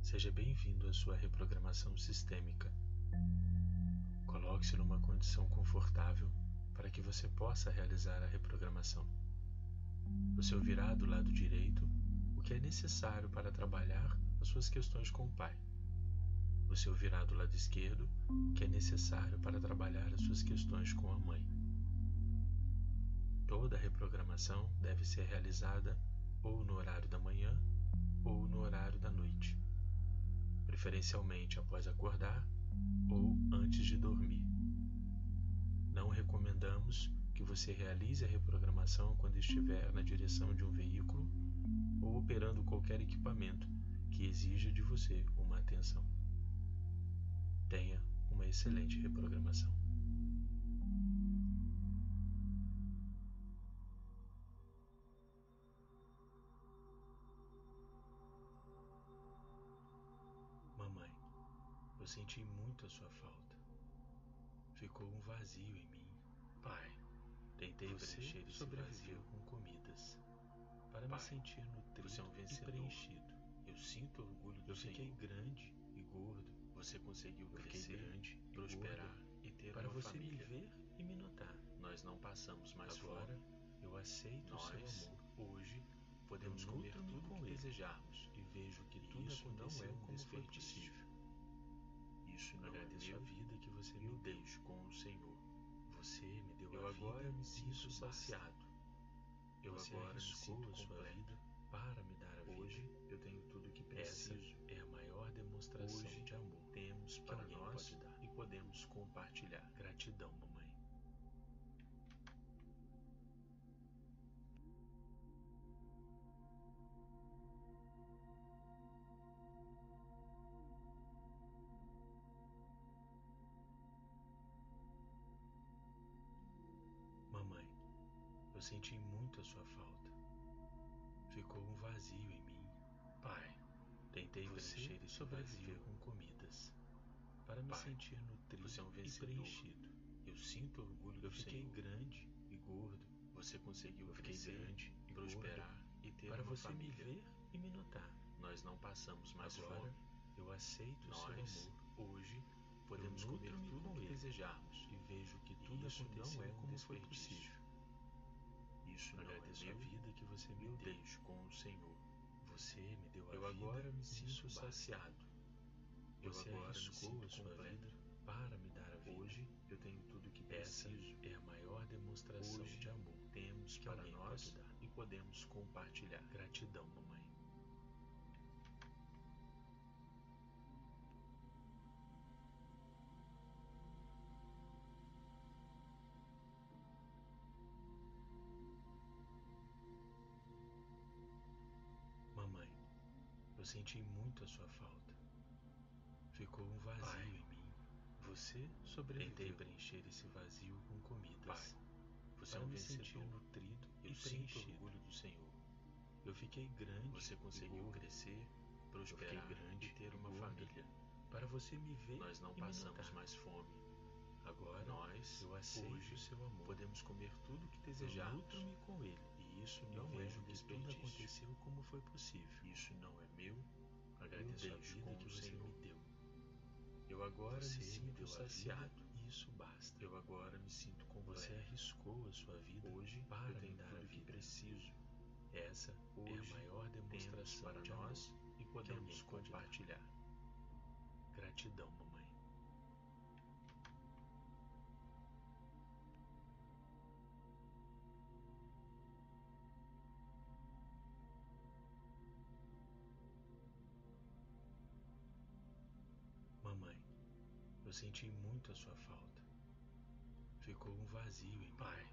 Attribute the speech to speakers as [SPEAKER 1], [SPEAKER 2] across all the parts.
[SPEAKER 1] Seja bem-vindo à sua reprogramação sistêmica. Coloque-se numa condição confortável para que você possa realizar a reprogramação. Você ouvirá do lado direito o que é necessário para trabalhar as suas questões com o Pai. Você ouvirá do lado esquerdo o que é necessário para trabalhar as suas questões com a Mãe. Toda reprogramação deve ser realizada ou no horário da manhã ou no horário da noite, preferencialmente após acordar ou antes de dormir. Não recomendamos que você realize a reprogramação quando estiver na direção de um veículo ou operando qualquer equipamento que exija de você uma atenção. Tenha uma excelente reprogramação. Mamãe, eu senti muito a sua falta. Ficou um vazio em mim. Pai, tentei
[SPEAKER 2] você
[SPEAKER 1] preencher esse
[SPEAKER 2] sobreviveu.
[SPEAKER 1] vazio com comidas para
[SPEAKER 2] Pai,
[SPEAKER 1] me sentir nutrido
[SPEAKER 2] você é um vencedor.
[SPEAKER 1] e preenchido. Eu sinto orgulho do
[SPEAKER 2] Eu fiquei
[SPEAKER 1] Senhor. grande e gordo. Você conseguiu
[SPEAKER 2] Eu fiquei
[SPEAKER 1] crescer,
[SPEAKER 2] grande e
[SPEAKER 1] prosperar e ter
[SPEAKER 2] para
[SPEAKER 1] uma
[SPEAKER 2] você me
[SPEAKER 1] família. ver e me notar. Nós não passamos mais
[SPEAKER 2] Agora,
[SPEAKER 1] fora. Eu aceito o
[SPEAKER 2] nós,
[SPEAKER 1] seu amor. Hoje podemos
[SPEAKER 2] eu
[SPEAKER 1] comer
[SPEAKER 2] nutro-me
[SPEAKER 1] tudo
[SPEAKER 2] com
[SPEAKER 1] que
[SPEAKER 2] ele.
[SPEAKER 1] desejarmos e vejo que
[SPEAKER 2] E
[SPEAKER 1] tudo
[SPEAKER 2] isso não
[SPEAKER 1] aconteceu
[SPEAKER 2] é um
[SPEAKER 1] como foi
[SPEAKER 2] desperdício.
[SPEAKER 1] possível. Isso
[SPEAKER 2] não é
[SPEAKER 1] Agradeço
[SPEAKER 2] meu
[SPEAKER 1] a vida que você
[SPEAKER 2] e
[SPEAKER 1] me
[SPEAKER 2] o
[SPEAKER 1] deu
[SPEAKER 2] Deus.
[SPEAKER 1] com o Senhor. Você me deu
[SPEAKER 2] Eu
[SPEAKER 1] a
[SPEAKER 2] agora
[SPEAKER 1] vida,
[SPEAKER 2] me
[SPEAKER 1] e
[SPEAKER 2] sinto
[SPEAKER 1] isso
[SPEAKER 2] basta.
[SPEAKER 1] saciado. Eu
[SPEAKER 2] Você
[SPEAKER 1] agora me
[SPEAKER 2] arriscou
[SPEAKER 1] sinto
[SPEAKER 2] a sua
[SPEAKER 1] completo
[SPEAKER 2] vida.
[SPEAKER 1] para me dar a vida.
[SPEAKER 2] Hoje, eu tenho tudo o que
[SPEAKER 1] Essa
[SPEAKER 2] preciso.
[SPEAKER 1] é a maior demonstração
[SPEAKER 2] Hoje,
[SPEAKER 1] de amor que temos
[SPEAKER 2] que
[SPEAKER 1] para
[SPEAKER 2] alguém
[SPEAKER 1] nós
[SPEAKER 2] pode dar.
[SPEAKER 1] e podemos compartilhar. Gratidão, mamãe. Mamãe, eu senti muito a sua falta. Ficou um vazio em mim. Pai, tentei
[SPEAKER 2] você
[SPEAKER 1] preencher esse
[SPEAKER 2] sobreviveu.
[SPEAKER 1] vazio com comidas para me
[SPEAKER 2] Pai,
[SPEAKER 1] sentir nutrido
[SPEAKER 2] você é um
[SPEAKER 1] e
[SPEAKER 2] vencedor.
[SPEAKER 1] preenchido. Eu sinto orgulho do
[SPEAKER 2] Eu fiquei
[SPEAKER 1] Senhor. grande e gordo. Você conseguiu
[SPEAKER 2] Eu fiquei
[SPEAKER 1] crescer,
[SPEAKER 2] grande e
[SPEAKER 1] prosperar e ter
[SPEAKER 2] para
[SPEAKER 1] uma
[SPEAKER 2] você me
[SPEAKER 1] família.
[SPEAKER 2] ver
[SPEAKER 1] e me notar. Nós não passamos mais
[SPEAKER 2] Agora,
[SPEAKER 1] fome. Eu aceito o
[SPEAKER 2] nós,
[SPEAKER 1] seu amor. Hoje podemos
[SPEAKER 2] eu
[SPEAKER 1] comer
[SPEAKER 2] nutro-me
[SPEAKER 1] tudo
[SPEAKER 2] com
[SPEAKER 1] o que
[SPEAKER 2] ele.
[SPEAKER 1] desejarmos e vejo que
[SPEAKER 2] E
[SPEAKER 1] tudo
[SPEAKER 2] isso não
[SPEAKER 1] aconteceu
[SPEAKER 2] é
[SPEAKER 1] como
[SPEAKER 2] como
[SPEAKER 1] foi
[SPEAKER 2] foi
[SPEAKER 1] possível. Isso não
[SPEAKER 2] Agradeço
[SPEAKER 1] é
[SPEAKER 2] a
[SPEAKER 1] meu,
[SPEAKER 2] vida
[SPEAKER 1] que você me
[SPEAKER 2] me
[SPEAKER 1] deu
[SPEAKER 2] deu.
[SPEAKER 1] com o Senhor. Você me deu a
[SPEAKER 2] Eu
[SPEAKER 1] vida
[SPEAKER 2] agora me
[SPEAKER 1] e
[SPEAKER 2] sinto
[SPEAKER 1] isso
[SPEAKER 2] basta.
[SPEAKER 1] saciado.
[SPEAKER 2] Eu
[SPEAKER 1] você
[SPEAKER 2] agora me
[SPEAKER 1] arriscou
[SPEAKER 2] sinto
[SPEAKER 1] a sua
[SPEAKER 2] completo.
[SPEAKER 1] vida para me dar a vida.
[SPEAKER 2] Hoje, eu tenho tudo o que
[SPEAKER 1] Essa
[SPEAKER 2] preciso.
[SPEAKER 1] é a maior demonstração
[SPEAKER 2] Hoje,
[SPEAKER 1] de amor que temos
[SPEAKER 2] que
[SPEAKER 1] para
[SPEAKER 2] alguém
[SPEAKER 1] nós
[SPEAKER 2] pode dar.
[SPEAKER 1] e podemos compartilhar. Gratidão, mamãe. Mamãe, eu senti muito a sua falta. Ficou um vazio
[SPEAKER 2] Pai,
[SPEAKER 1] em mim. Você
[SPEAKER 2] sobreviveu.
[SPEAKER 1] Tentei preencher esse vazio com comidas.
[SPEAKER 2] Pai,
[SPEAKER 1] você
[SPEAKER 2] para
[SPEAKER 1] é um
[SPEAKER 2] me
[SPEAKER 1] vencedor.
[SPEAKER 2] sentir
[SPEAKER 1] nutrido
[SPEAKER 2] e
[SPEAKER 1] eu sinto
[SPEAKER 2] preenchido.
[SPEAKER 1] orgulho do Senhor. Eu fiquei grande.
[SPEAKER 2] Você conseguiu
[SPEAKER 1] gordo.
[SPEAKER 2] crescer,
[SPEAKER 1] prosperar
[SPEAKER 2] prosperar
[SPEAKER 1] grande,
[SPEAKER 2] e ter uma
[SPEAKER 1] gordo.
[SPEAKER 2] família.
[SPEAKER 1] Para você me ver,
[SPEAKER 2] Nós não
[SPEAKER 1] e me
[SPEAKER 2] passamos
[SPEAKER 1] notar.
[SPEAKER 2] mais fome.
[SPEAKER 1] Agora
[SPEAKER 2] Nós,
[SPEAKER 1] eu aceito
[SPEAKER 2] hoje,
[SPEAKER 1] o seu amor.
[SPEAKER 2] podemos comer tudo o que
[SPEAKER 1] desejar.
[SPEAKER 2] desejarmos.
[SPEAKER 1] Nutro-me com ele. E isso
[SPEAKER 2] Eu
[SPEAKER 1] não
[SPEAKER 2] vejo
[SPEAKER 1] é um
[SPEAKER 2] que tudo
[SPEAKER 1] desperdício.
[SPEAKER 2] aconteceu
[SPEAKER 1] como foi possível. Isso não é meu. Agradeço
[SPEAKER 2] Eu
[SPEAKER 1] a
[SPEAKER 2] deixo
[SPEAKER 1] vida
[SPEAKER 2] como
[SPEAKER 1] que
[SPEAKER 2] o
[SPEAKER 1] você
[SPEAKER 2] Senhor.
[SPEAKER 1] me deu. Eu agora
[SPEAKER 2] Você é
[SPEAKER 1] me
[SPEAKER 2] me
[SPEAKER 1] sinto
[SPEAKER 2] deu a vida
[SPEAKER 1] saciado. E isso basta. Eu agora me sinto completo.
[SPEAKER 2] Você é
[SPEAKER 1] arriscou a sua vida hoje para
[SPEAKER 2] para
[SPEAKER 1] me
[SPEAKER 2] me dar
[SPEAKER 1] dar
[SPEAKER 2] a
[SPEAKER 1] o que
[SPEAKER 2] vida.
[SPEAKER 1] preciso. Essa
[SPEAKER 2] Hoje,
[SPEAKER 1] é a maior demonstração
[SPEAKER 2] para
[SPEAKER 1] de
[SPEAKER 2] nós
[SPEAKER 1] nós e podemos
[SPEAKER 2] alguém pode dar.
[SPEAKER 1] compartilhar. Gratidão, mamãe. Mamãe, eu senti muito a sua falta. Ficou um vazio em mim. Pai,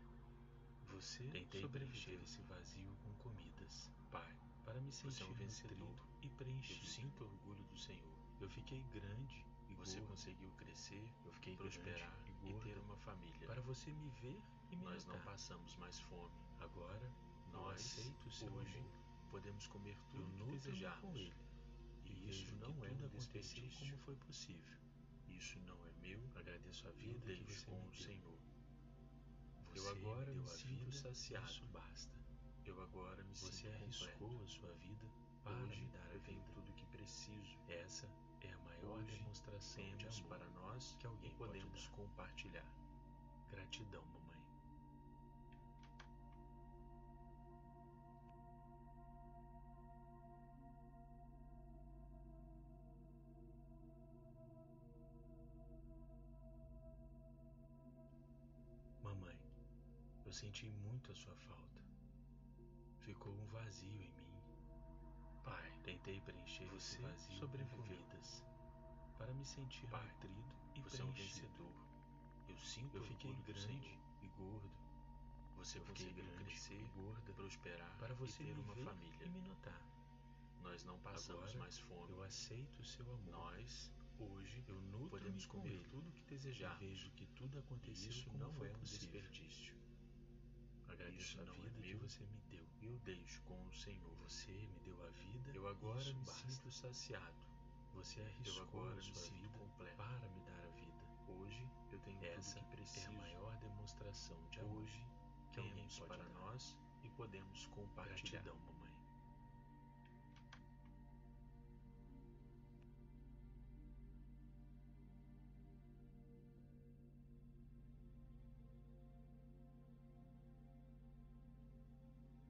[SPEAKER 1] você
[SPEAKER 2] Tentei
[SPEAKER 1] sobreviveu
[SPEAKER 2] preencher
[SPEAKER 1] esse vazio com comidas. Pai, para me
[SPEAKER 2] você é um
[SPEAKER 1] sentir
[SPEAKER 2] vencedor
[SPEAKER 1] nutrido e
[SPEAKER 2] Eu
[SPEAKER 1] preenchido.
[SPEAKER 2] sinto orgulho do Senhor.
[SPEAKER 1] Eu fiquei grande e
[SPEAKER 2] Você
[SPEAKER 1] gordo.
[SPEAKER 2] conseguiu crescer,
[SPEAKER 1] Eu fiquei
[SPEAKER 2] prosperar
[SPEAKER 1] grande
[SPEAKER 2] e,
[SPEAKER 1] e, gordo
[SPEAKER 2] ter uma família.
[SPEAKER 1] para você me ver e me
[SPEAKER 2] Nós não
[SPEAKER 1] notar.
[SPEAKER 2] passamos mais fome.
[SPEAKER 1] Agora,
[SPEAKER 2] Nós,
[SPEAKER 1] nós aceito o seu
[SPEAKER 2] hoje,
[SPEAKER 1] amor.
[SPEAKER 2] Podemos comer
[SPEAKER 1] Eu
[SPEAKER 2] tudo o que
[SPEAKER 1] nutro-me com
[SPEAKER 2] desejarmos.
[SPEAKER 1] ele.
[SPEAKER 2] E
[SPEAKER 1] E
[SPEAKER 2] vejo
[SPEAKER 1] isso
[SPEAKER 2] que
[SPEAKER 1] não é um
[SPEAKER 2] tudo
[SPEAKER 1] desperdício
[SPEAKER 2] aconteceu
[SPEAKER 1] como
[SPEAKER 2] como
[SPEAKER 1] foi possível. Isso não é meu, agradeço a vida
[SPEAKER 2] deixo
[SPEAKER 1] que você
[SPEAKER 2] com
[SPEAKER 1] me
[SPEAKER 2] o
[SPEAKER 1] deu.
[SPEAKER 2] Senhor.
[SPEAKER 1] eu
[SPEAKER 2] Você
[SPEAKER 1] agora
[SPEAKER 2] me deu
[SPEAKER 1] me
[SPEAKER 2] a
[SPEAKER 1] sinto
[SPEAKER 2] vida,
[SPEAKER 1] saciado.
[SPEAKER 2] isso
[SPEAKER 1] basta. Eu agora me
[SPEAKER 2] Você
[SPEAKER 1] sinto
[SPEAKER 2] arriscou
[SPEAKER 1] completo. a sua vida
[SPEAKER 2] para
[SPEAKER 1] hoje
[SPEAKER 2] me dar a
[SPEAKER 1] eu tenho
[SPEAKER 2] vida.
[SPEAKER 1] tudo o que preciso. Essa é a maior
[SPEAKER 2] Hoje,
[SPEAKER 1] demonstração de
[SPEAKER 2] temos
[SPEAKER 1] amor
[SPEAKER 2] para nós
[SPEAKER 1] que alguém
[SPEAKER 2] pode
[SPEAKER 1] podemos
[SPEAKER 2] dar.
[SPEAKER 1] compartilhar. Gratidão, mamãe. Mamãe, eu senti muito a sua falta. Ficou um vazio em mim. Pai, tentei preencher esse
[SPEAKER 2] Você
[SPEAKER 1] vazio com
[SPEAKER 2] sobreviveu.
[SPEAKER 1] comidas para me sentir
[SPEAKER 2] Pai,
[SPEAKER 1] nutrido e
[SPEAKER 2] você é um
[SPEAKER 1] preenchido.
[SPEAKER 2] vencedor. Eu sinto
[SPEAKER 1] Eu fiquei
[SPEAKER 2] orgulho do
[SPEAKER 1] grande
[SPEAKER 2] Senhor.
[SPEAKER 1] e gordo.
[SPEAKER 2] Você
[SPEAKER 1] Eu fiquei
[SPEAKER 2] conseguiu
[SPEAKER 1] grande
[SPEAKER 2] crescer,
[SPEAKER 1] e gorda
[SPEAKER 2] prosperar
[SPEAKER 1] para você
[SPEAKER 2] e ter
[SPEAKER 1] me
[SPEAKER 2] uma
[SPEAKER 1] ver
[SPEAKER 2] família.
[SPEAKER 1] e me notar.
[SPEAKER 2] Nós não passamos
[SPEAKER 1] Agora,
[SPEAKER 2] mais fome.
[SPEAKER 1] Eu aceito o seu amor.
[SPEAKER 2] Nós
[SPEAKER 1] Hoje eu nutro
[SPEAKER 2] podemos comer
[SPEAKER 1] tudo que desejar. Vejo que tudo aconteceu
[SPEAKER 2] isso
[SPEAKER 1] como
[SPEAKER 2] não
[SPEAKER 1] foi
[SPEAKER 2] é um
[SPEAKER 1] possível.
[SPEAKER 2] desperdício. Agradeço
[SPEAKER 1] isso
[SPEAKER 2] a
[SPEAKER 1] não
[SPEAKER 2] vida
[SPEAKER 1] é
[SPEAKER 2] que
[SPEAKER 1] meu.
[SPEAKER 2] você me deu e eu deixo com o Senhor.
[SPEAKER 1] Você me deu a vida.
[SPEAKER 2] Eu agora
[SPEAKER 1] isso
[SPEAKER 2] me
[SPEAKER 1] basta.
[SPEAKER 2] sinto saciado.
[SPEAKER 1] Você
[SPEAKER 2] Eu
[SPEAKER 1] arriscou
[SPEAKER 2] agora
[SPEAKER 1] a
[SPEAKER 2] me
[SPEAKER 1] sua
[SPEAKER 2] sinto
[SPEAKER 1] vida
[SPEAKER 2] completo.
[SPEAKER 1] para me dar a vida.
[SPEAKER 2] Hoje eu tenho
[SPEAKER 1] Essa
[SPEAKER 2] tudo
[SPEAKER 1] é
[SPEAKER 2] que
[SPEAKER 1] a
[SPEAKER 2] preciso.
[SPEAKER 1] maior demonstração de amor
[SPEAKER 2] Hoje
[SPEAKER 1] que alguém
[SPEAKER 2] temos
[SPEAKER 1] pode
[SPEAKER 2] para
[SPEAKER 1] dar.
[SPEAKER 2] nós e podemos compartilhar.
[SPEAKER 1] Gratidão, mamãe.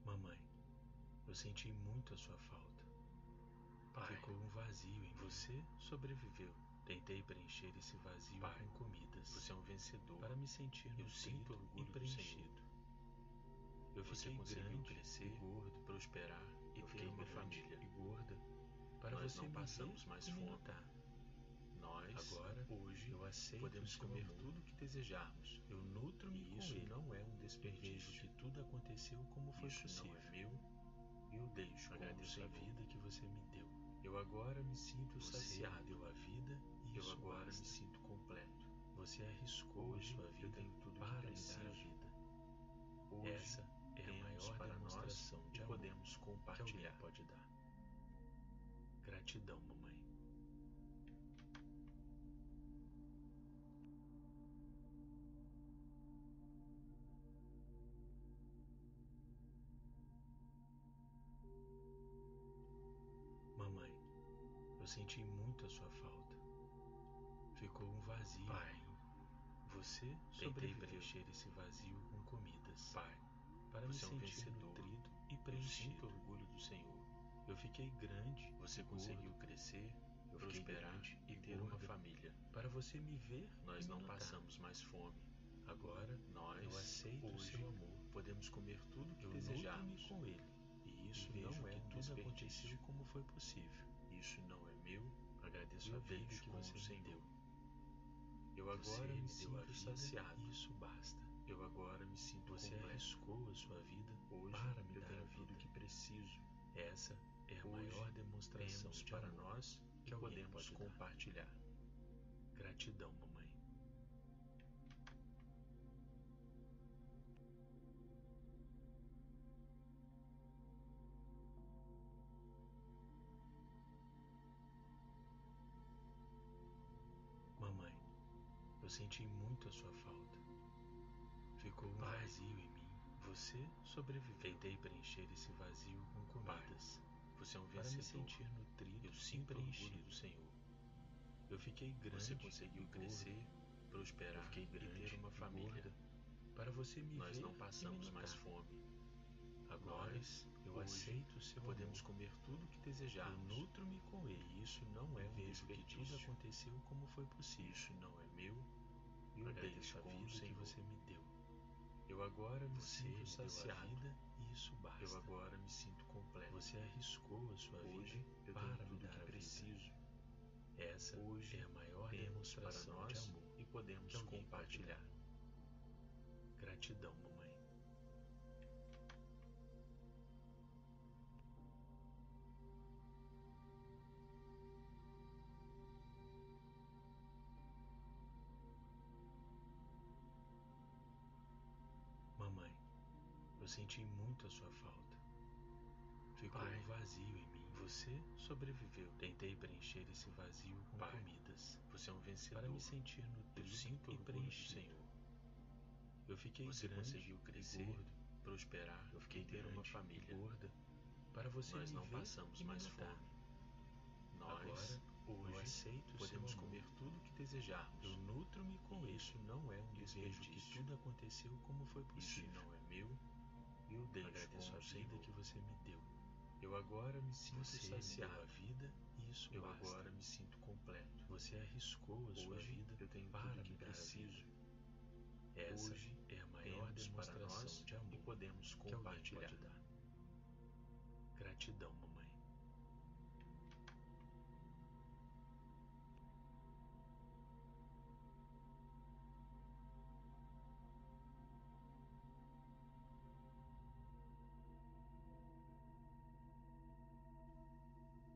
[SPEAKER 1] Mamãe, eu senti muito a sua falta.
[SPEAKER 2] Pai, Hum.
[SPEAKER 1] Ficou um vazio em você.
[SPEAKER 2] você sobreviveu.
[SPEAKER 1] Tentei preencher esse vazio
[SPEAKER 2] Pai,
[SPEAKER 1] com comidas
[SPEAKER 2] Você é um vencedor.
[SPEAKER 1] para me sentir
[SPEAKER 2] Eu sinto
[SPEAKER 1] nutrido
[SPEAKER 2] orgulho
[SPEAKER 1] e
[SPEAKER 2] do
[SPEAKER 1] preenchido. Eu
[SPEAKER 2] Você
[SPEAKER 1] fiquei
[SPEAKER 2] conseguiu
[SPEAKER 1] grande,
[SPEAKER 2] crescer,
[SPEAKER 1] e gordo,
[SPEAKER 2] prosperar e
[SPEAKER 1] eu
[SPEAKER 2] ter
[SPEAKER 1] fiquei
[SPEAKER 2] uma
[SPEAKER 1] grande
[SPEAKER 2] família.
[SPEAKER 1] e gorda para
[SPEAKER 2] Nós
[SPEAKER 1] você
[SPEAKER 2] não
[SPEAKER 1] me
[SPEAKER 2] passamos
[SPEAKER 1] ver
[SPEAKER 2] mais
[SPEAKER 1] e me
[SPEAKER 2] fome.
[SPEAKER 1] notar.
[SPEAKER 2] Nós
[SPEAKER 1] Agora,
[SPEAKER 2] hoje
[SPEAKER 1] Eu aceito
[SPEAKER 2] podemos
[SPEAKER 1] o seu
[SPEAKER 2] comer
[SPEAKER 1] amor.
[SPEAKER 2] tudo que desejarmos.
[SPEAKER 1] Eu nutro-me
[SPEAKER 2] E
[SPEAKER 1] com
[SPEAKER 2] isso
[SPEAKER 1] ele.
[SPEAKER 2] não é um
[SPEAKER 1] Vejo
[SPEAKER 2] desperdício.
[SPEAKER 1] que tudo aconteceu como foi
[SPEAKER 2] isso
[SPEAKER 1] possível.
[SPEAKER 2] não é meu.
[SPEAKER 1] Eu deixo
[SPEAKER 2] Agradeço
[SPEAKER 1] agradeço
[SPEAKER 2] a
[SPEAKER 1] a vida que você me deu. Eu agora me sinto
[SPEAKER 2] Você
[SPEAKER 1] saciado.
[SPEAKER 2] me
[SPEAKER 1] deu a vida e
[SPEAKER 2] eu agora me
[SPEAKER 1] sinto.
[SPEAKER 2] sinto completo.
[SPEAKER 1] Você arriscou
[SPEAKER 2] Hoje
[SPEAKER 1] a sua
[SPEAKER 2] eu
[SPEAKER 1] vida
[SPEAKER 2] tenho tudo
[SPEAKER 1] para
[SPEAKER 2] que
[SPEAKER 1] me dar a
[SPEAKER 2] preciso.
[SPEAKER 1] vida.
[SPEAKER 2] Hoje
[SPEAKER 1] Essa é a
[SPEAKER 2] temos
[SPEAKER 1] maior
[SPEAKER 2] para nós
[SPEAKER 1] demonstração
[SPEAKER 2] e
[SPEAKER 1] de amor
[SPEAKER 2] podemos
[SPEAKER 1] que alguém
[SPEAKER 2] compartilhar.
[SPEAKER 1] pode dar. Gratidão, mamãe. Mamãe, eu senti muito a sua falta. Ficou um vazio.
[SPEAKER 2] Pai,
[SPEAKER 1] em mim. você
[SPEAKER 2] tentei
[SPEAKER 1] sobreviveu.
[SPEAKER 2] preencher
[SPEAKER 1] preencher esse vazio com comidas.
[SPEAKER 2] Pai,
[SPEAKER 1] para
[SPEAKER 2] você é um
[SPEAKER 1] me sentir
[SPEAKER 2] vencedor.
[SPEAKER 1] nutrido e
[SPEAKER 2] eu sinto
[SPEAKER 1] preenchido.
[SPEAKER 2] orgulho do Senhor.
[SPEAKER 1] Eu fiquei grande
[SPEAKER 2] Você
[SPEAKER 1] Gordo.
[SPEAKER 2] conseguiu crescer,
[SPEAKER 1] Eu fiquei
[SPEAKER 2] prosperar
[SPEAKER 1] grande
[SPEAKER 2] e
[SPEAKER 1] e
[SPEAKER 2] ter uma
[SPEAKER 1] gordo.
[SPEAKER 2] família.
[SPEAKER 1] para você me ver.
[SPEAKER 2] Nós
[SPEAKER 1] e me
[SPEAKER 2] não
[SPEAKER 1] notar.
[SPEAKER 2] passamos mais fome.
[SPEAKER 1] Agora
[SPEAKER 2] Nós
[SPEAKER 1] eu aceito o
[SPEAKER 2] hoje
[SPEAKER 1] seu amor.
[SPEAKER 2] podemos comer tudo que
[SPEAKER 1] Eu
[SPEAKER 2] desejarmos.
[SPEAKER 1] nutro-me com ele.
[SPEAKER 2] E
[SPEAKER 1] Isso
[SPEAKER 2] isso não
[SPEAKER 1] vejo
[SPEAKER 2] é
[SPEAKER 1] que
[SPEAKER 2] um
[SPEAKER 1] tudo
[SPEAKER 2] desperdício.
[SPEAKER 1] aconteceu como foi possível.
[SPEAKER 2] Isso não é meu. Agradeço
[SPEAKER 1] Eu
[SPEAKER 2] a
[SPEAKER 1] vejo
[SPEAKER 2] vida
[SPEAKER 1] que
[SPEAKER 2] que com
[SPEAKER 1] você
[SPEAKER 2] o
[SPEAKER 1] me
[SPEAKER 2] Senhor.
[SPEAKER 1] deu.
[SPEAKER 2] Eu
[SPEAKER 1] Você
[SPEAKER 2] agora me sinto
[SPEAKER 1] deu a vida
[SPEAKER 2] saciado.
[SPEAKER 1] e isso basta.
[SPEAKER 2] Eu agora me sinto
[SPEAKER 1] Você
[SPEAKER 2] completo.
[SPEAKER 1] arriscou a sua vida.
[SPEAKER 2] Hoje
[SPEAKER 1] para me
[SPEAKER 2] eu
[SPEAKER 1] dar
[SPEAKER 2] tenho
[SPEAKER 1] a
[SPEAKER 2] tudo
[SPEAKER 1] vida.
[SPEAKER 2] que preciso.
[SPEAKER 1] Essa é a
[SPEAKER 2] Hoje
[SPEAKER 1] maior demonstração
[SPEAKER 2] Temos
[SPEAKER 1] de
[SPEAKER 2] para
[SPEAKER 1] amor
[SPEAKER 2] nós que
[SPEAKER 1] que alguém
[SPEAKER 2] podemos
[SPEAKER 1] pode dar.
[SPEAKER 2] compartilhar.
[SPEAKER 1] Gratidão, mamãe. Mamãe, eu senti muito a sua falta. Ficou um
[SPEAKER 2] Pai,
[SPEAKER 1] vazio em mim. Você sobreviveu. Tentei preencher esse vazio com
[SPEAKER 2] Pai,
[SPEAKER 1] comidas
[SPEAKER 2] Você é um
[SPEAKER 1] para me
[SPEAKER 2] vencedor.
[SPEAKER 1] sentir nutrido
[SPEAKER 2] Eu
[SPEAKER 1] e
[SPEAKER 2] sinto orgulho
[SPEAKER 1] preenchido.
[SPEAKER 2] do Senhor.
[SPEAKER 1] Eu fiquei grande.
[SPEAKER 2] Você conseguiu
[SPEAKER 1] e gordo.
[SPEAKER 2] crescer,
[SPEAKER 1] Eu
[SPEAKER 2] prosperar
[SPEAKER 1] fiquei
[SPEAKER 2] e
[SPEAKER 1] grande
[SPEAKER 2] ter uma
[SPEAKER 1] e
[SPEAKER 2] família.
[SPEAKER 1] gorda para você me
[SPEAKER 2] Nós
[SPEAKER 1] ver
[SPEAKER 2] não
[SPEAKER 1] e
[SPEAKER 2] passamos
[SPEAKER 1] me
[SPEAKER 2] mais
[SPEAKER 1] notar.
[SPEAKER 2] fome.
[SPEAKER 1] Agora
[SPEAKER 2] Nós,
[SPEAKER 1] eu
[SPEAKER 2] hoje,
[SPEAKER 1] aceito o seu
[SPEAKER 2] Podemos
[SPEAKER 1] amor.
[SPEAKER 2] comer tudo que
[SPEAKER 1] Eu
[SPEAKER 2] desejarmos.
[SPEAKER 1] nutro-me com ele. Isso não é um
[SPEAKER 2] Vejo que tudo
[SPEAKER 1] desperdício. aconteceu como foi possível.
[SPEAKER 2] Isso não é meu.
[SPEAKER 1] Eu agradeço
[SPEAKER 2] Agradeço a
[SPEAKER 1] a
[SPEAKER 2] vida
[SPEAKER 1] vida
[SPEAKER 2] que
[SPEAKER 1] que
[SPEAKER 2] você
[SPEAKER 1] você me deu.
[SPEAKER 2] Eu agora me
[SPEAKER 1] Você me
[SPEAKER 2] sinto
[SPEAKER 1] deu a
[SPEAKER 2] saciado.
[SPEAKER 1] vida e isso basta.
[SPEAKER 2] Eu agora me sinto completo.
[SPEAKER 1] Você arriscou a sua
[SPEAKER 2] Hoje
[SPEAKER 1] vida
[SPEAKER 2] eu tenho
[SPEAKER 1] para me
[SPEAKER 2] tudo
[SPEAKER 1] dar
[SPEAKER 2] que
[SPEAKER 1] a vida.
[SPEAKER 2] preciso.
[SPEAKER 1] Essa
[SPEAKER 2] Hoje
[SPEAKER 1] é a maior
[SPEAKER 2] Temos para
[SPEAKER 1] demonstração de
[SPEAKER 2] nós
[SPEAKER 1] amor.
[SPEAKER 2] e podemos
[SPEAKER 1] que alguém pode
[SPEAKER 2] compartilhar.
[SPEAKER 1] Gratidão, mamãe. Mamãe, eu senti muito a sua falta. Ficou
[SPEAKER 2] Pai,
[SPEAKER 1] um vazio em mim. Você sobreviveu. Tentei preencher esse vazio com
[SPEAKER 2] Pai,
[SPEAKER 1] comidas
[SPEAKER 2] Você é um vencedor.
[SPEAKER 1] para me sentir
[SPEAKER 2] Eu sinto
[SPEAKER 1] nutrido e
[SPEAKER 2] orgulho do
[SPEAKER 1] preenchido.
[SPEAKER 2] Senhor.
[SPEAKER 1] Eu fiquei
[SPEAKER 2] Você
[SPEAKER 1] grande
[SPEAKER 2] conseguiu
[SPEAKER 1] e
[SPEAKER 2] crescer,
[SPEAKER 1] gordo.
[SPEAKER 2] prosperar
[SPEAKER 1] Eu
[SPEAKER 2] e
[SPEAKER 1] fiquei
[SPEAKER 2] ter uma
[SPEAKER 1] grande e
[SPEAKER 2] família.
[SPEAKER 1] gorda para você
[SPEAKER 2] Nós
[SPEAKER 1] me
[SPEAKER 2] não
[SPEAKER 1] ver
[SPEAKER 2] passamos
[SPEAKER 1] e me
[SPEAKER 2] mais
[SPEAKER 1] notar.
[SPEAKER 2] fome. Nós,
[SPEAKER 1] Agora Hoje, eu aceito podemos comer tudo que desejarmos. Eu nutro-me com isso. Não é um desejo que tudo aconteceu como foi possível. Isso não é meu. Eu devo agradeço a vida que você me deu. Eu agora me sinto você saciado. A vida isso eu basta. agora me sinto completo. Você arriscou a sua Hoje, vida. Eu tenho para tudo que preciso. Essa Hoje é a maior demonstração de amor que podemos compartilhar. Que dar. Gratidão, mamãe.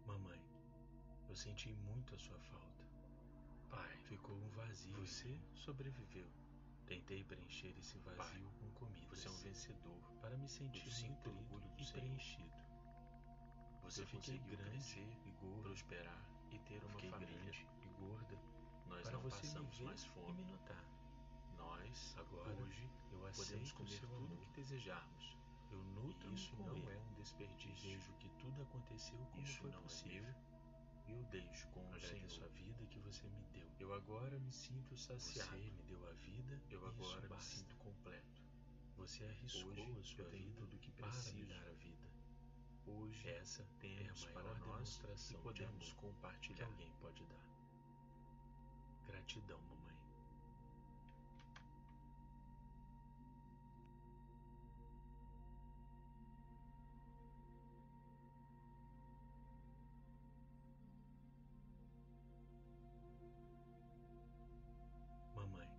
[SPEAKER 1] Mamãe, eu senti muito a sua falta. Pai, ficou um vazio. Você sobreviveu. Tentei preencher esse vazio Pai, com comida. Você é um vencedor. Para me sentir muito orgulho e Senhor. preenchido. Você eu fiquei grande crescer, e gordo, prosperar e ter uma família grande, e gorda. Nós para não você passamos mais fome e me notar. Nós agora hoje eu podemos comer tudo o que desejarmos. Eu nutro isso não é um desperdício. Vejo que tudo aconteceu como isso foi possível. É eu deixo com o Senhor a vida que você me deu. Eu agora me sinto saciado. Você me deu a vida. Eu agora me sinto completo. Você arriscou Hoje, a sua vida do que preciso para me dar a vida. Hoje essa tem a maior demonstração que podemos de compartilhar. Que alguém pode dar. Gratidão, mamãe. Mamãe,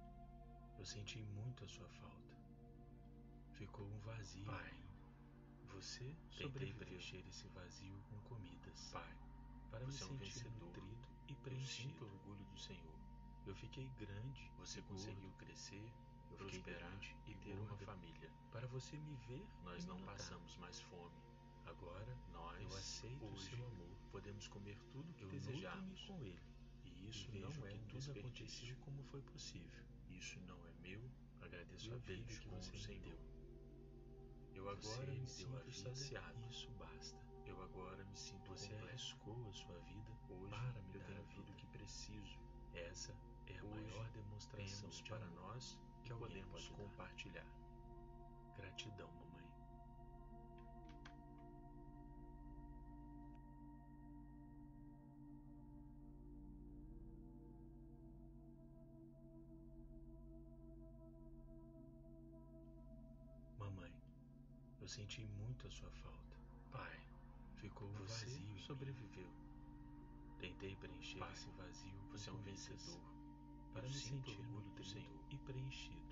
[SPEAKER 1] eu senti muito a sua falta. Ficou um vazio. Pai, você tentei preencher esse vazio com comidas. Pai, para você me é um sentir nutrido e preenchido. Eu sinto orgulho do Senhor. Eu fiquei grande. Você gordo, conseguiu crescer, eu prosperar grande, e ter uma família. Para você me ver, nós não passamos mais fome. Agora, nós, eu aceito hoje, o seu amor. Podemos comer tudo que eu desejarmos com ele isso não é que tudo aconteceu como foi possível. Isso não é meu. Agradeço a vida que você me deu. é Eu agora me sinto a saciado. Isso basta. Eu agora me sinto Você completo. arriscou a sua vida hoje para me eu dar a vida que preciso. Essa é a maior demonstração de para nós que podemos compartilhar. Gratidão, mamãe. Mamãe, eu senti muito a sua falta. Pai, ficou um você vazio. Sobreviveu. Tentei preencher Pai, esse vazio. Você é um vencedor. Para me sentir orgulho Senhor e preenchido.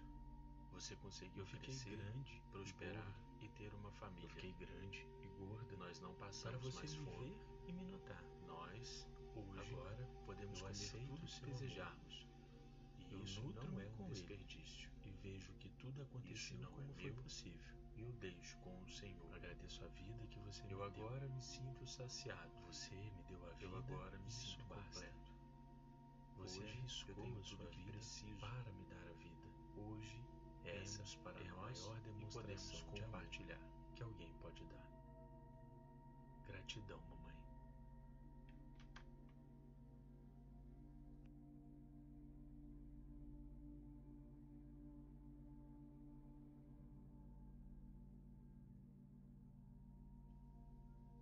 [SPEAKER 1] Você conseguiu crescer, grande, prosperar e, e, ter uma família. Eu fiquei grande e gorda. Nós não passamos para você mais me fome. ver e me notar. Nós hoje agora podemos comer tudo que desejarmos. E isso não é um desperdício. Ele vejo que tudo aconteceu não como é foi possível. Eu deixo com o Senhor. Agradeço a vida que você me eu deu. Eu agora me sinto saciado. Você me deu a vida. Eu agora me sinto completo. Você Hoje, arriscou a sua vida preciso. para me dar a vida. Hoje, essa para é a maior demonstração de compartilhar que alguém pode dar. Gratidão, mamãe.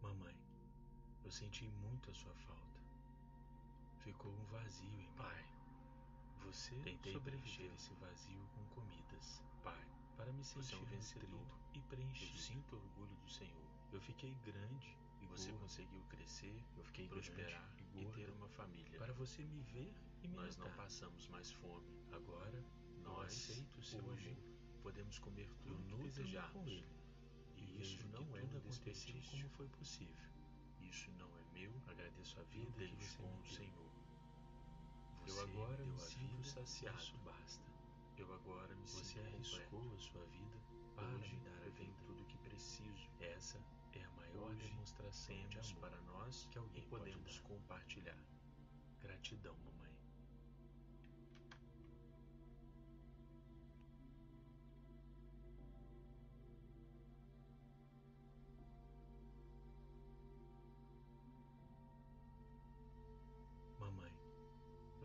[SPEAKER 1] Mamãe, eu senti muito a sua falta. Ficou um vazio em Pai. Você tentei preencher esse vazio com comidas. Pai, para me sentir um vencedor e preenchido. Eu sinto orgulho do Senhor. Eu fiquei grande e você gordo. conseguiu crescer. Eu fiquei prosperar e, gordo. e ter uma família. Para você me ver e me Nós notar. não passamos mais fome. Agora, nós aceito o seu hoje. Amor. Podemos comer tudo o que desejarmos isso não é um aconteceu como foi possível. Isso não é meu, agradeço a vida que você me deu. Senhor. eu agora me sinto saciado. Isso basta. Eu agora me você sinto arriscou completo. a sua vida para Hoje, me dar a vida tudo que preciso. Essa é a maior Hoje, demonstração de amor para nós que alguém podemos pode compartilhar. Gratidão, mamãe.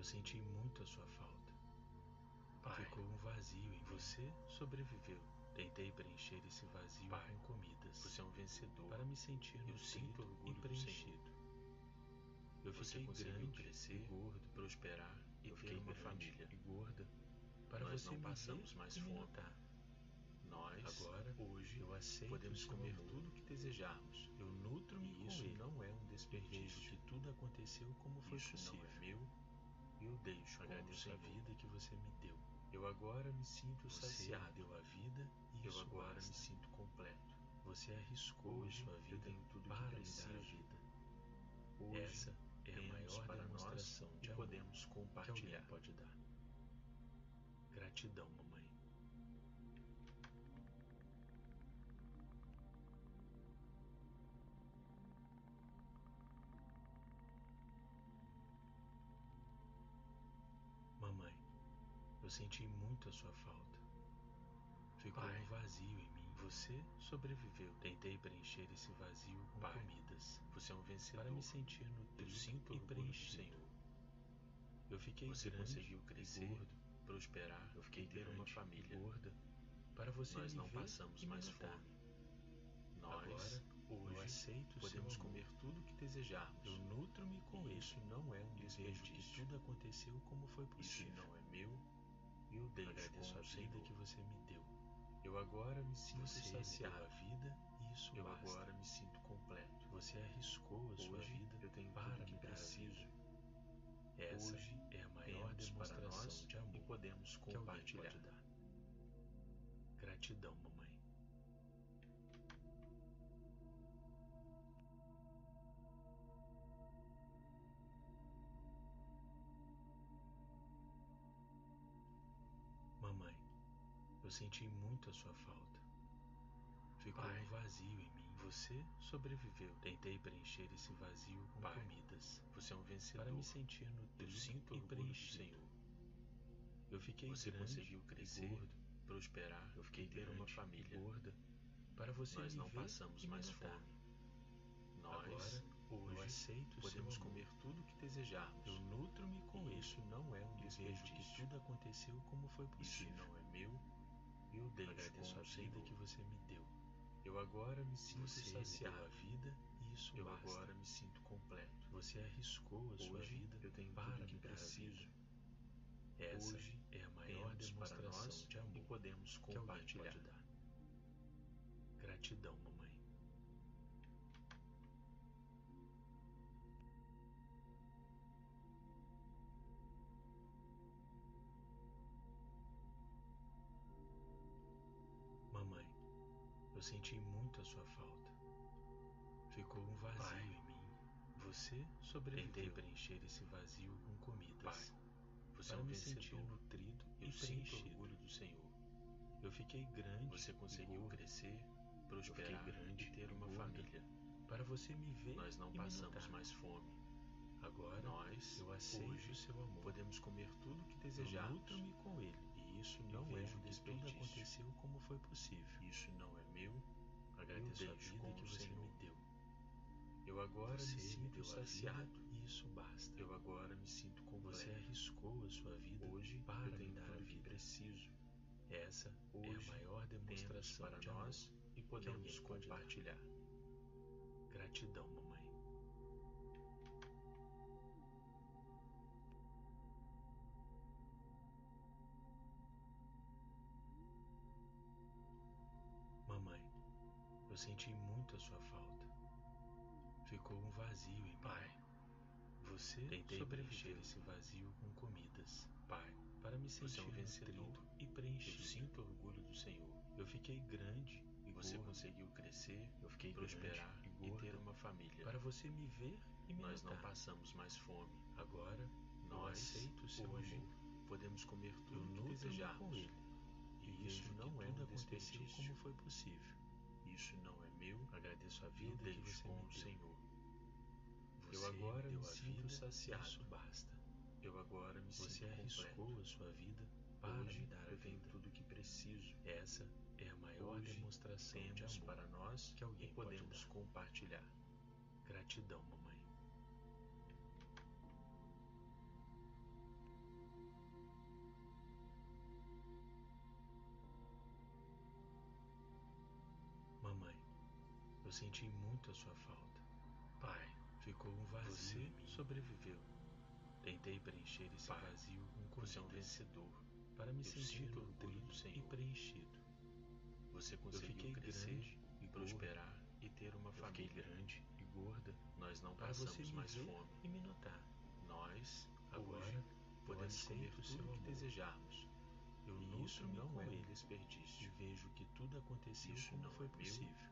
[SPEAKER 1] senti muito a sua falta.
[SPEAKER 2] Pai.
[SPEAKER 1] Ficou um vazio em você, sobreviveu. Tentei preencher esse vazio
[SPEAKER 2] Pai.
[SPEAKER 1] com comidas.
[SPEAKER 2] Você é um vencedor.
[SPEAKER 1] Para me sentir
[SPEAKER 2] Eu
[SPEAKER 1] nutrido e
[SPEAKER 2] sinto orgulho do
[SPEAKER 1] preenchido. Eu
[SPEAKER 2] Você
[SPEAKER 1] fiquei
[SPEAKER 2] conseguiu
[SPEAKER 1] grande,
[SPEAKER 2] crescer,
[SPEAKER 1] e gordo,
[SPEAKER 2] prosperar e
[SPEAKER 1] eu
[SPEAKER 2] ter
[SPEAKER 1] fiquei
[SPEAKER 2] uma
[SPEAKER 1] grande
[SPEAKER 2] família.
[SPEAKER 1] e gorda. Para
[SPEAKER 2] Nós
[SPEAKER 1] você
[SPEAKER 2] não
[SPEAKER 1] me
[SPEAKER 2] passamos
[SPEAKER 1] ver
[SPEAKER 2] mais
[SPEAKER 1] e me
[SPEAKER 2] fome.
[SPEAKER 1] notar.
[SPEAKER 2] Nós,
[SPEAKER 1] Agora,
[SPEAKER 2] hoje,
[SPEAKER 1] Eu aceito
[SPEAKER 2] podemos
[SPEAKER 1] seu
[SPEAKER 2] comer
[SPEAKER 1] amor.
[SPEAKER 2] tudo que desejarmos.
[SPEAKER 1] Eu nutro-me
[SPEAKER 2] E
[SPEAKER 1] com
[SPEAKER 2] isso
[SPEAKER 1] ele.
[SPEAKER 2] não é um
[SPEAKER 1] Vejo que
[SPEAKER 2] desperdício.
[SPEAKER 1] tudo aconteceu como foi
[SPEAKER 2] Isso não
[SPEAKER 1] possível.
[SPEAKER 2] é meu.
[SPEAKER 1] Eu deixo agradeço
[SPEAKER 2] Agradeço a
[SPEAKER 1] a vida que você me deu. Eu agora me sinto
[SPEAKER 2] Você
[SPEAKER 1] saciado.
[SPEAKER 2] me
[SPEAKER 1] deu a vida e eu
[SPEAKER 2] isso
[SPEAKER 1] agora
[SPEAKER 2] basta.
[SPEAKER 1] me sinto completo. Você arriscou
[SPEAKER 2] Hoje
[SPEAKER 1] sua
[SPEAKER 2] eu
[SPEAKER 1] vida
[SPEAKER 2] tenho tudo que
[SPEAKER 1] para si a
[SPEAKER 2] desejo.
[SPEAKER 1] vida.
[SPEAKER 2] Hoje
[SPEAKER 1] Essa é a
[SPEAKER 2] temos
[SPEAKER 1] maior
[SPEAKER 2] para nós
[SPEAKER 1] demonstração
[SPEAKER 2] e
[SPEAKER 1] de amor
[SPEAKER 2] podemos
[SPEAKER 1] que alguém
[SPEAKER 2] compartilhar.
[SPEAKER 1] pode dar. Gratidão, mamãe. Mamãe, eu senti muito a sua falta. Ficou
[SPEAKER 2] Pai.
[SPEAKER 1] um vazio em mim. Você sobreviveu. Tentei preencher esse vazio com
[SPEAKER 2] Pai.
[SPEAKER 1] comidas.
[SPEAKER 2] Você é um vencedor.
[SPEAKER 1] Para me sentir nutrido
[SPEAKER 2] Eu sinto
[SPEAKER 1] e
[SPEAKER 2] orgulho do
[SPEAKER 1] preenchido. Eu fiquei
[SPEAKER 2] Você
[SPEAKER 1] grande
[SPEAKER 2] conseguiu
[SPEAKER 1] e
[SPEAKER 2] crescer,
[SPEAKER 1] gordo, prosperar,
[SPEAKER 2] eu fiquei
[SPEAKER 1] ter uma
[SPEAKER 2] grande e
[SPEAKER 1] família
[SPEAKER 2] gorda.
[SPEAKER 1] Para você
[SPEAKER 2] Nós
[SPEAKER 1] me
[SPEAKER 2] não
[SPEAKER 1] ver
[SPEAKER 2] passamos
[SPEAKER 1] e me
[SPEAKER 2] mais
[SPEAKER 1] notar.
[SPEAKER 2] fome.
[SPEAKER 1] Agora,
[SPEAKER 2] Nós,
[SPEAKER 1] eu
[SPEAKER 2] hoje,
[SPEAKER 1] aceito seu
[SPEAKER 2] podemos
[SPEAKER 1] amor.
[SPEAKER 2] comer tudo que desejarmos.
[SPEAKER 1] Eu nutro-me com
[SPEAKER 2] E
[SPEAKER 1] ele.
[SPEAKER 2] isso não é um
[SPEAKER 1] Eu vejo que
[SPEAKER 2] desperdício.
[SPEAKER 1] tudo aconteceu como foi
[SPEAKER 2] Isso
[SPEAKER 1] possível.
[SPEAKER 2] não é meu.
[SPEAKER 1] Eu deixo
[SPEAKER 2] Agradeço
[SPEAKER 1] com a
[SPEAKER 2] ao
[SPEAKER 1] vida
[SPEAKER 2] Senhor.
[SPEAKER 1] que você me deu. Eu agora me sinto
[SPEAKER 2] Você me deu
[SPEAKER 1] saciado.
[SPEAKER 2] a
[SPEAKER 1] é vida e isso Eu
[SPEAKER 2] basta.
[SPEAKER 1] agora me sinto completo. Você arriscou a sua
[SPEAKER 2] Hoje,
[SPEAKER 1] vida
[SPEAKER 2] eu tenho
[SPEAKER 1] para
[SPEAKER 2] tudo que
[SPEAKER 1] me dar a
[SPEAKER 2] preciso.
[SPEAKER 1] vida. Essa
[SPEAKER 2] Hoje,
[SPEAKER 1] é a maior
[SPEAKER 2] temos para
[SPEAKER 1] demonstração
[SPEAKER 2] nós
[SPEAKER 1] de amor
[SPEAKER 2] e podemos
[SPEAKER 1] que alguém
[SPEAKER 2] compartilhar.
[SPEAKER 1] pode dar. Gratidão, mamãe. Mamãe, eu senti muito a sua falta. Ficou
[SPEAKER 2] Pai.
[SPEAKER 1] um vazio em mim. Você sobreviveu. Tentei preencher esse vazio com
[SPEAKER 2] Pai.
[SPEAKER 1] comidas. Você é um vencedor.
[SPEAKER 2] Para me
[SPEAKER 1] sentir
[SPEAKER 2] Eu
[SPEAKER 1] nutrido
[SPEAKER 2] sinto
[SPEAKER 1] e
[SPEAKER 2] orgulho do
[SPEAKER 1] preenchido.
[SPEAKER 2] Senhor.
[SPEAKER 1] Eu fiquei
[SPEAKER 2] Você
[SPEAKER 1] grande
[SPEAKER 2] conseguiu
[SPEAKER 1] e
[SPEAKER 2] crescer,
[SPEAKER 1] gordo, prosperar, eu fiquei ter uma
[SPEAKER 2] grande e
[SPEAKER 1] família.
[SPEAKER 2] gorda.
[SPEAKER 1] Para você
[SPEAKER 2] Nós
[SPEAKER 1] me
[SPEAKER 2] não
[SPEAKER 1] ver
[SPEAKER 2] passamos
[SPEAKER 1] e me
[SPEAKER 2] mais
[SPEAKER 1] notar.
[SPEAKER 2] fome.
[SPEAKER 1] Nós,
[SPEAKER 2] Agora,
[SPEAKER 1] hoje,
[SPEAKER 2] eu aceito
[SPEAKER 1] podemos
[SPEAKER 2] seu amor.
[SPEAKER 1] comer tudo que desejarmos. Eu nutro-me com
[SPEAKER 2] E
[SPEAKER 1] isso, não é um
[SPEAKER 2] Eu vejo
[SPEAKER 1] desejo que
[SPEAKER 2] que
[SPEAKER 1] tudo aconteceu como foi
[SPEAKER 2] Isso
[SPEAKER 1] possível.
[SPEAKER 2] não é meu.
[SPEAKER 1] Eu deixo
[SPEAKER 2] Agradeço
[SPEAKER 1] com a
[SPEAKER 2] ao
[SPEAKER 1] vida
[SPEAKER 2] Senhor.
[SPEAKER 1] que você me deu. Eu agora me sinto
[SPEAKER 2] Você me deu
[SPEAKER 1] saciado.
[SPEAKER 2] a
[SPEAKER 1] vida e isso Eu
[SPEAKER 2] basta.
[SPEAKER 1] agora me sinto completo. Você arriscou a sua
[SPEAKER 2] Hoje,
[SPEAKER 1] vida
[SPEAKER 2] eu tenho
[SPEAKER 1] para
[SPEAKER 2] tudo que
[SPEAKER 1] me dar a
[SPEAKER 2] preciso.
[SPEAKER 1] vida. Essa
[SPEAKER 2] Hoje,
[SPEAKER 1] é a maior
[SPEAKER 2] temos para
[SPEAKER 1] demonstração
[SPEAKER 2] nós
[SPEAKER 1] de
[SPEAKER 2] e
[SPEAKER 1] amor
[SPEAKER 2] podemos
[SPEAKER 1] que alguém
[SPEAKER 2] compartilhar.
[SPEAKER 1] pode dar. Gratidão, mamãe. Mamãe, eu senti muito a sua falta. Ficou um vazio
[SPEAKER 2] Pai.
[SPEAKER 1] em mim. Você sobreviveu.
[SPEAKER 2] Tentei
[SPEAKER 1] preencher esse vazio com comidas. Você
[SPEAKER 2] Para
[SPEAKER 1] é um
[SPEAKER 2] me
[SPEAKER 1] vencedor.
[SPEAKER 2] sentir
[SPEAKER 1] nutrido
[SPEAKER 2] eu
[SPEAKER 1] e
[SPEAKER 2] sinto
[SPEAKER 1] preenchido.
[SPEAKER 2] orgulho do Senhor.
[SPEAKER 1] Eu fiquei grande.
[SPEAKER 2] Você conseguiu
[SPEAKER 1] gordo,
[SPEAKER 2] crescer,
[SPEAKER 1] prosperar
[SPEAKER 2] prosperar
[SPEAKER 1] grande
[SPEAKER 2] e ter uma
[SPEAKER 1] gordo.
[SPEAKER 2] família.
[SPEAKER 1] Para você me ver
[SPEAKER 2] Nós não
[SPEAKER 1] e me
[SPEAKER 2] passamos
[SPEAKER 1] notar.
[SPEAKER 2] mais fome.
[SPEAKER 1] Agora
[SPEAKER 2] Nós,
[SPEAKER 1] eu aceito
[SPEAKER 2] hoje,
[SPEAKER 1] o seu amor.
[SPEAKER 2] podemos comer tudo que
[SPEAKER 1] Eu
[SPEAKER 2] desejarmos.
[SPEAKER 1] nutro-me com ele.
[SPEAKER 2] E isso
[SPEAKER 1] Eu
[SPEAKER 2] não é
[SPEAKER 1] vejo que
[SPEAKER 2] um
[SPEAKER 1] tudo
[SPEAKER 2] desperdício.
[SPEAKER 1] aconteceu como foi possível.
[SPEAKER 2] Isso não é meu.
[SPEAKER 1] Agradeço
[SPEAKER 2] eu
[SPEAKER 1] a
[SPEAKER 2] deixo
[SPEAKER 1] vida
[SPEAKER 2] com
[SPEAKER 1] que
[SPEAKER 2] o
[SPEAKER 1] você me
[SPEAKER 2] Senhor.
[SPEAKER 1] deu. Eu agora
[SPEAKER 2] Você
[SPEAKER 1] me
[SPEAKER 2] me
[SPEAKER 1] sinto
[SPEAKER 2] deu a vida
[SPEAKER 1] saciado e isso basta.
[SPEAKER 2] Eu agora me sinto completo.
[SPEAKER 1] Você arriscou a sua vida
[SPEAKER 2] é? Hoje,
[SPEAKER 1] para
[SPEAKER 2] eu tenho
[SPEAKER 1] me dar a
[SPEAKER 2] tudo que
[SPEAKER 1] vida.
[SPEAKER 2] preciso.
[SPEAKER 1] Essa
[SPEAKER 2] Hoje,
[SPEAKER 1] é a maior
[SPEAKER 2] Temos
[SPEAKER 1] demonstração
[SPEAKER 2] para
[SPEAKER 1] de amor
[SPEAKER 2] nós e
[SPEAKER 1] que
[SPEAKER 2] podemos
[SPEAKER 1] alguém pode dar.
[SPEAKER 2] compartilhar.
[SPEAKER 1] Gratidão, mamãe. Mamãe, eu senti muito a sua falta. Ficou um vazio em mim.
[SPEAKER 2] Pai,
[SPEAKER 1] Você
[SPEAKER 2] tentei
[SPEAKER 1] sobreviveu
[SPEAKER 2] preencher
[SPEAKER 1] esse vazio com comidas.
[SPEAKER 2] Pai,
[SPEAKER 1] Para me
[SPEAKER 2] você
[SPEAKER 1] sentir
[SPEAKER 2] é um vencedor.
[SPEAKER 1] nutrido e
[SPEAKER 2] eu
[SPEAKER 1] preenchido.
[SPEAKER 2] sinto orgulho do Senhor.
[SPEAKER 1] Eu fiquei grande e
[SPEAKER 2] Você
[SPEAKER 1] gordo.
[SPEAKER 2] conseguiu crescer,
[SPEAKER 1] Eu fiquei
[SPEAKER 2] prosperar
[SPEAKER 1] grande
[SPEAKER 2] e,
[SPEAKER 1] gordo.
[SPEAKER 2] ter uma família.
[SPEAKER 1] Para você me ver e me
[SPEAKER 2] Nós não
[SPEAKER 1] notar.
[SPEAKER 2] passamos mais fome.
[SPEAKER 1] Agora,
[SPEAKER 2] Nós,
[SPEAKER 1] aceito o seu
[SPEAKER 2] hoje,
[SPEAKER 1] amor.
[SPEAKER 2] podemos comer
[SPEAKER 1] eu
[SPEAKER 2] tudo que
[SPEAKER 1] nutro-me com
[SPEAKER 2] desejarmos.
[SPEAKER 1] ele.
[SPEAKER 2] E
[SPEAKER 1] E isso
[SPEAKER 2] vejo que
[SPEAKER 1] não é
[SPEAKER 2] tudo
[SPEAKER 1] um aconteceu
[SPEAKER 2] desperdício.
[SPEAKER 1] como foi possível.
[SPEAKER 2] Isso não é meu.
[SPEAKER 1] Agradeço a
[SPEAKER 2] Eu
[SPEAKER 1] vida que
[SPEAKER 2] deixo
[SPEAKER 1] você
[SPEAKER 2] com o
[SPEAKER 1] me deu.
[SPEAKER 2] Senhor.
[SPEAKER 1] Eu
[SPEAKER 2] Você
[SPEAKER 1] agora
[SPEAKER 2] deu
[SPEAKER 1] me
[SPEAKER 2] a
[SPEAKER 1] sinto
[SPEAKER 2] vida,
[SPEAKER 1] saciado.
[SPEAKER 2] Isso basta. Eu agora me
[SPEAKER 1] Você
[SPEAKER 2] sinto completo.
[SPEAKER 1] arriscou a sua vida para
[SPEAKER 2] Hoje
[SPEAKER 1] me dar a
[SPEAKER 2] eu tenho
[SPEAKER 1] vida.
[SPEAKER 2] tudo o que preciso.
[SPEAKER 1] Essa é a maior
[SPEAKER 2] Hoje
[SPEAKER 1] demonstração de
[SPEAKER 2] Temos
[SPEAKER 1] amor
[SPEAKER 2] para nós
[SPEAKER 1] que alguém
[SPEAKER 2] e
[SPEAKER 1] pode
[SPEAKER 2] podemos
[SPEAKER 1] dar.
[SPEAKER 2] compartilhar.
[SPEAKER 1] Gratidão, mamãe.
[SPEAKER 2] senti muito a sua falta. Pai, ficou um vazio.
[SPEAKER 1] Você é
[SPEAKER 2] em mim.
[SPEAKER 1] sobreviveu.
[SPEAKER 2] Tentei preencher esse
[SPEAKER 1] Pai,
[SPEAKER 2] vazio com
[SPEAKER 1] você é um
[SPEAKER 2] comidas.
[SPEAKER 1] vencedor.
[SPEAKER 2] para me
[SPEAKER 1] Eu
[SPEAKER 2] sentir
[SPEAKER 1] sinto
[SPEAKER 2] nutrido
[SPEAKER 1] orgulho do
[SPEAKER 2] e
[SPEAKER 1] Senhor.
[SPEAKER 2] preenchido. Você conseguiu
[SPEAKER 1] fiquei
[SPEAKER 2] crescer,
[SPEAKER 1] grande
[SPEAKER 2] e prosperar,
[SPEAKER 1] prosperar e ter uma
[SPEAKER 2] eu fiquei
[SPEAKER 1] família.
[SPEAKER 2] grande e gorda.
[SPEAKER 1] Nós não
[SPEAKER 2] Para Ah, você
[SPEAKER 1] passamos
[SPEAKER 2] me
[SPEAKER 1] mais
[SPEAKER 2] ver
[SPEAKER 1] fome.
[SPEAKER 2] E me notar,
[SPEAKER 1] Nós,
[SPEAKER 2] agora
[SPEAKER 1] agora, podemos
[SPEAKER 2] aceito
[SPEAKER 1] comer
[SPEAKER 2] o seu
[SPEAKER 1] tudo o que
[SPEAKER 2] amor.
[SPEAKER 1] desejarmos.
[SPEAKER 2] eu
[SPEAKER 1] E isso
[SPEAKER 2] nutro-me
[SPEAKER 1] não
[SPEAKER 2] com
[SPEAKER 1] é um
[SPEAKER 2] ele
[SPEAKER 1] desperdício.
[SPEAKER 2] e vejo que tudo aconteceu
[SPEAKER 1] Isso
[SPEAKER 2] como
[SPEAKER 1] não
[SPEAKER 2] foi
[SPEAKER 1] é meu.
[SPEAKER 2] possível.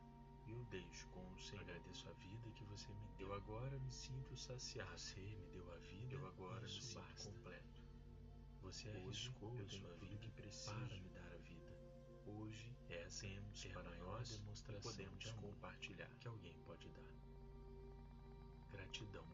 [SPEAKER 1] Eu deixo com o Senhor.
[SPEAKER 2] Agradeço a vida que você me deu.
[SPEAKER 1] Eu agora me sinto saciado.
[SPEAKER 2] Você me deu a vida
[SPEAKER 1] Eu agora me
[SPEAKER 2] e isso
[SPEAKER 1] sinto
[SPEAKER 2] basta.
[SPEAKER 1] completo.
[SPEAKER 2] Você é
[SPEAKER 1] Hoje
[SPEAKER 2] arriscou
[SPEAKER 1] eu
[SPEAKER 2] a sua
[SPEAKER 1] tenho tudo
[SPEAKER 2] vida
[SPEAKER 1] que
[SPEAKER 2] para
[SPEAKER 1] preciso.
[SPEAKER 2] me dar a vida.
[SPEAKER 1] Hoje
[SPEAKER 2] Essa
[SPEAKER 1] temos
[SPEAKER 2] é a
[SPEAKER 1] para
[SPEAKER 2] maior
[SPEAKER 1] nós
[SPEAKER 2] demonstração
[SPEAKER 1] podemos
[SPEAKER 2] de amor
[SPEAKER 1] compartilhar.
[SPEAKER 2] que alguém pode dar.
[SPEAKER 1] Gratidão.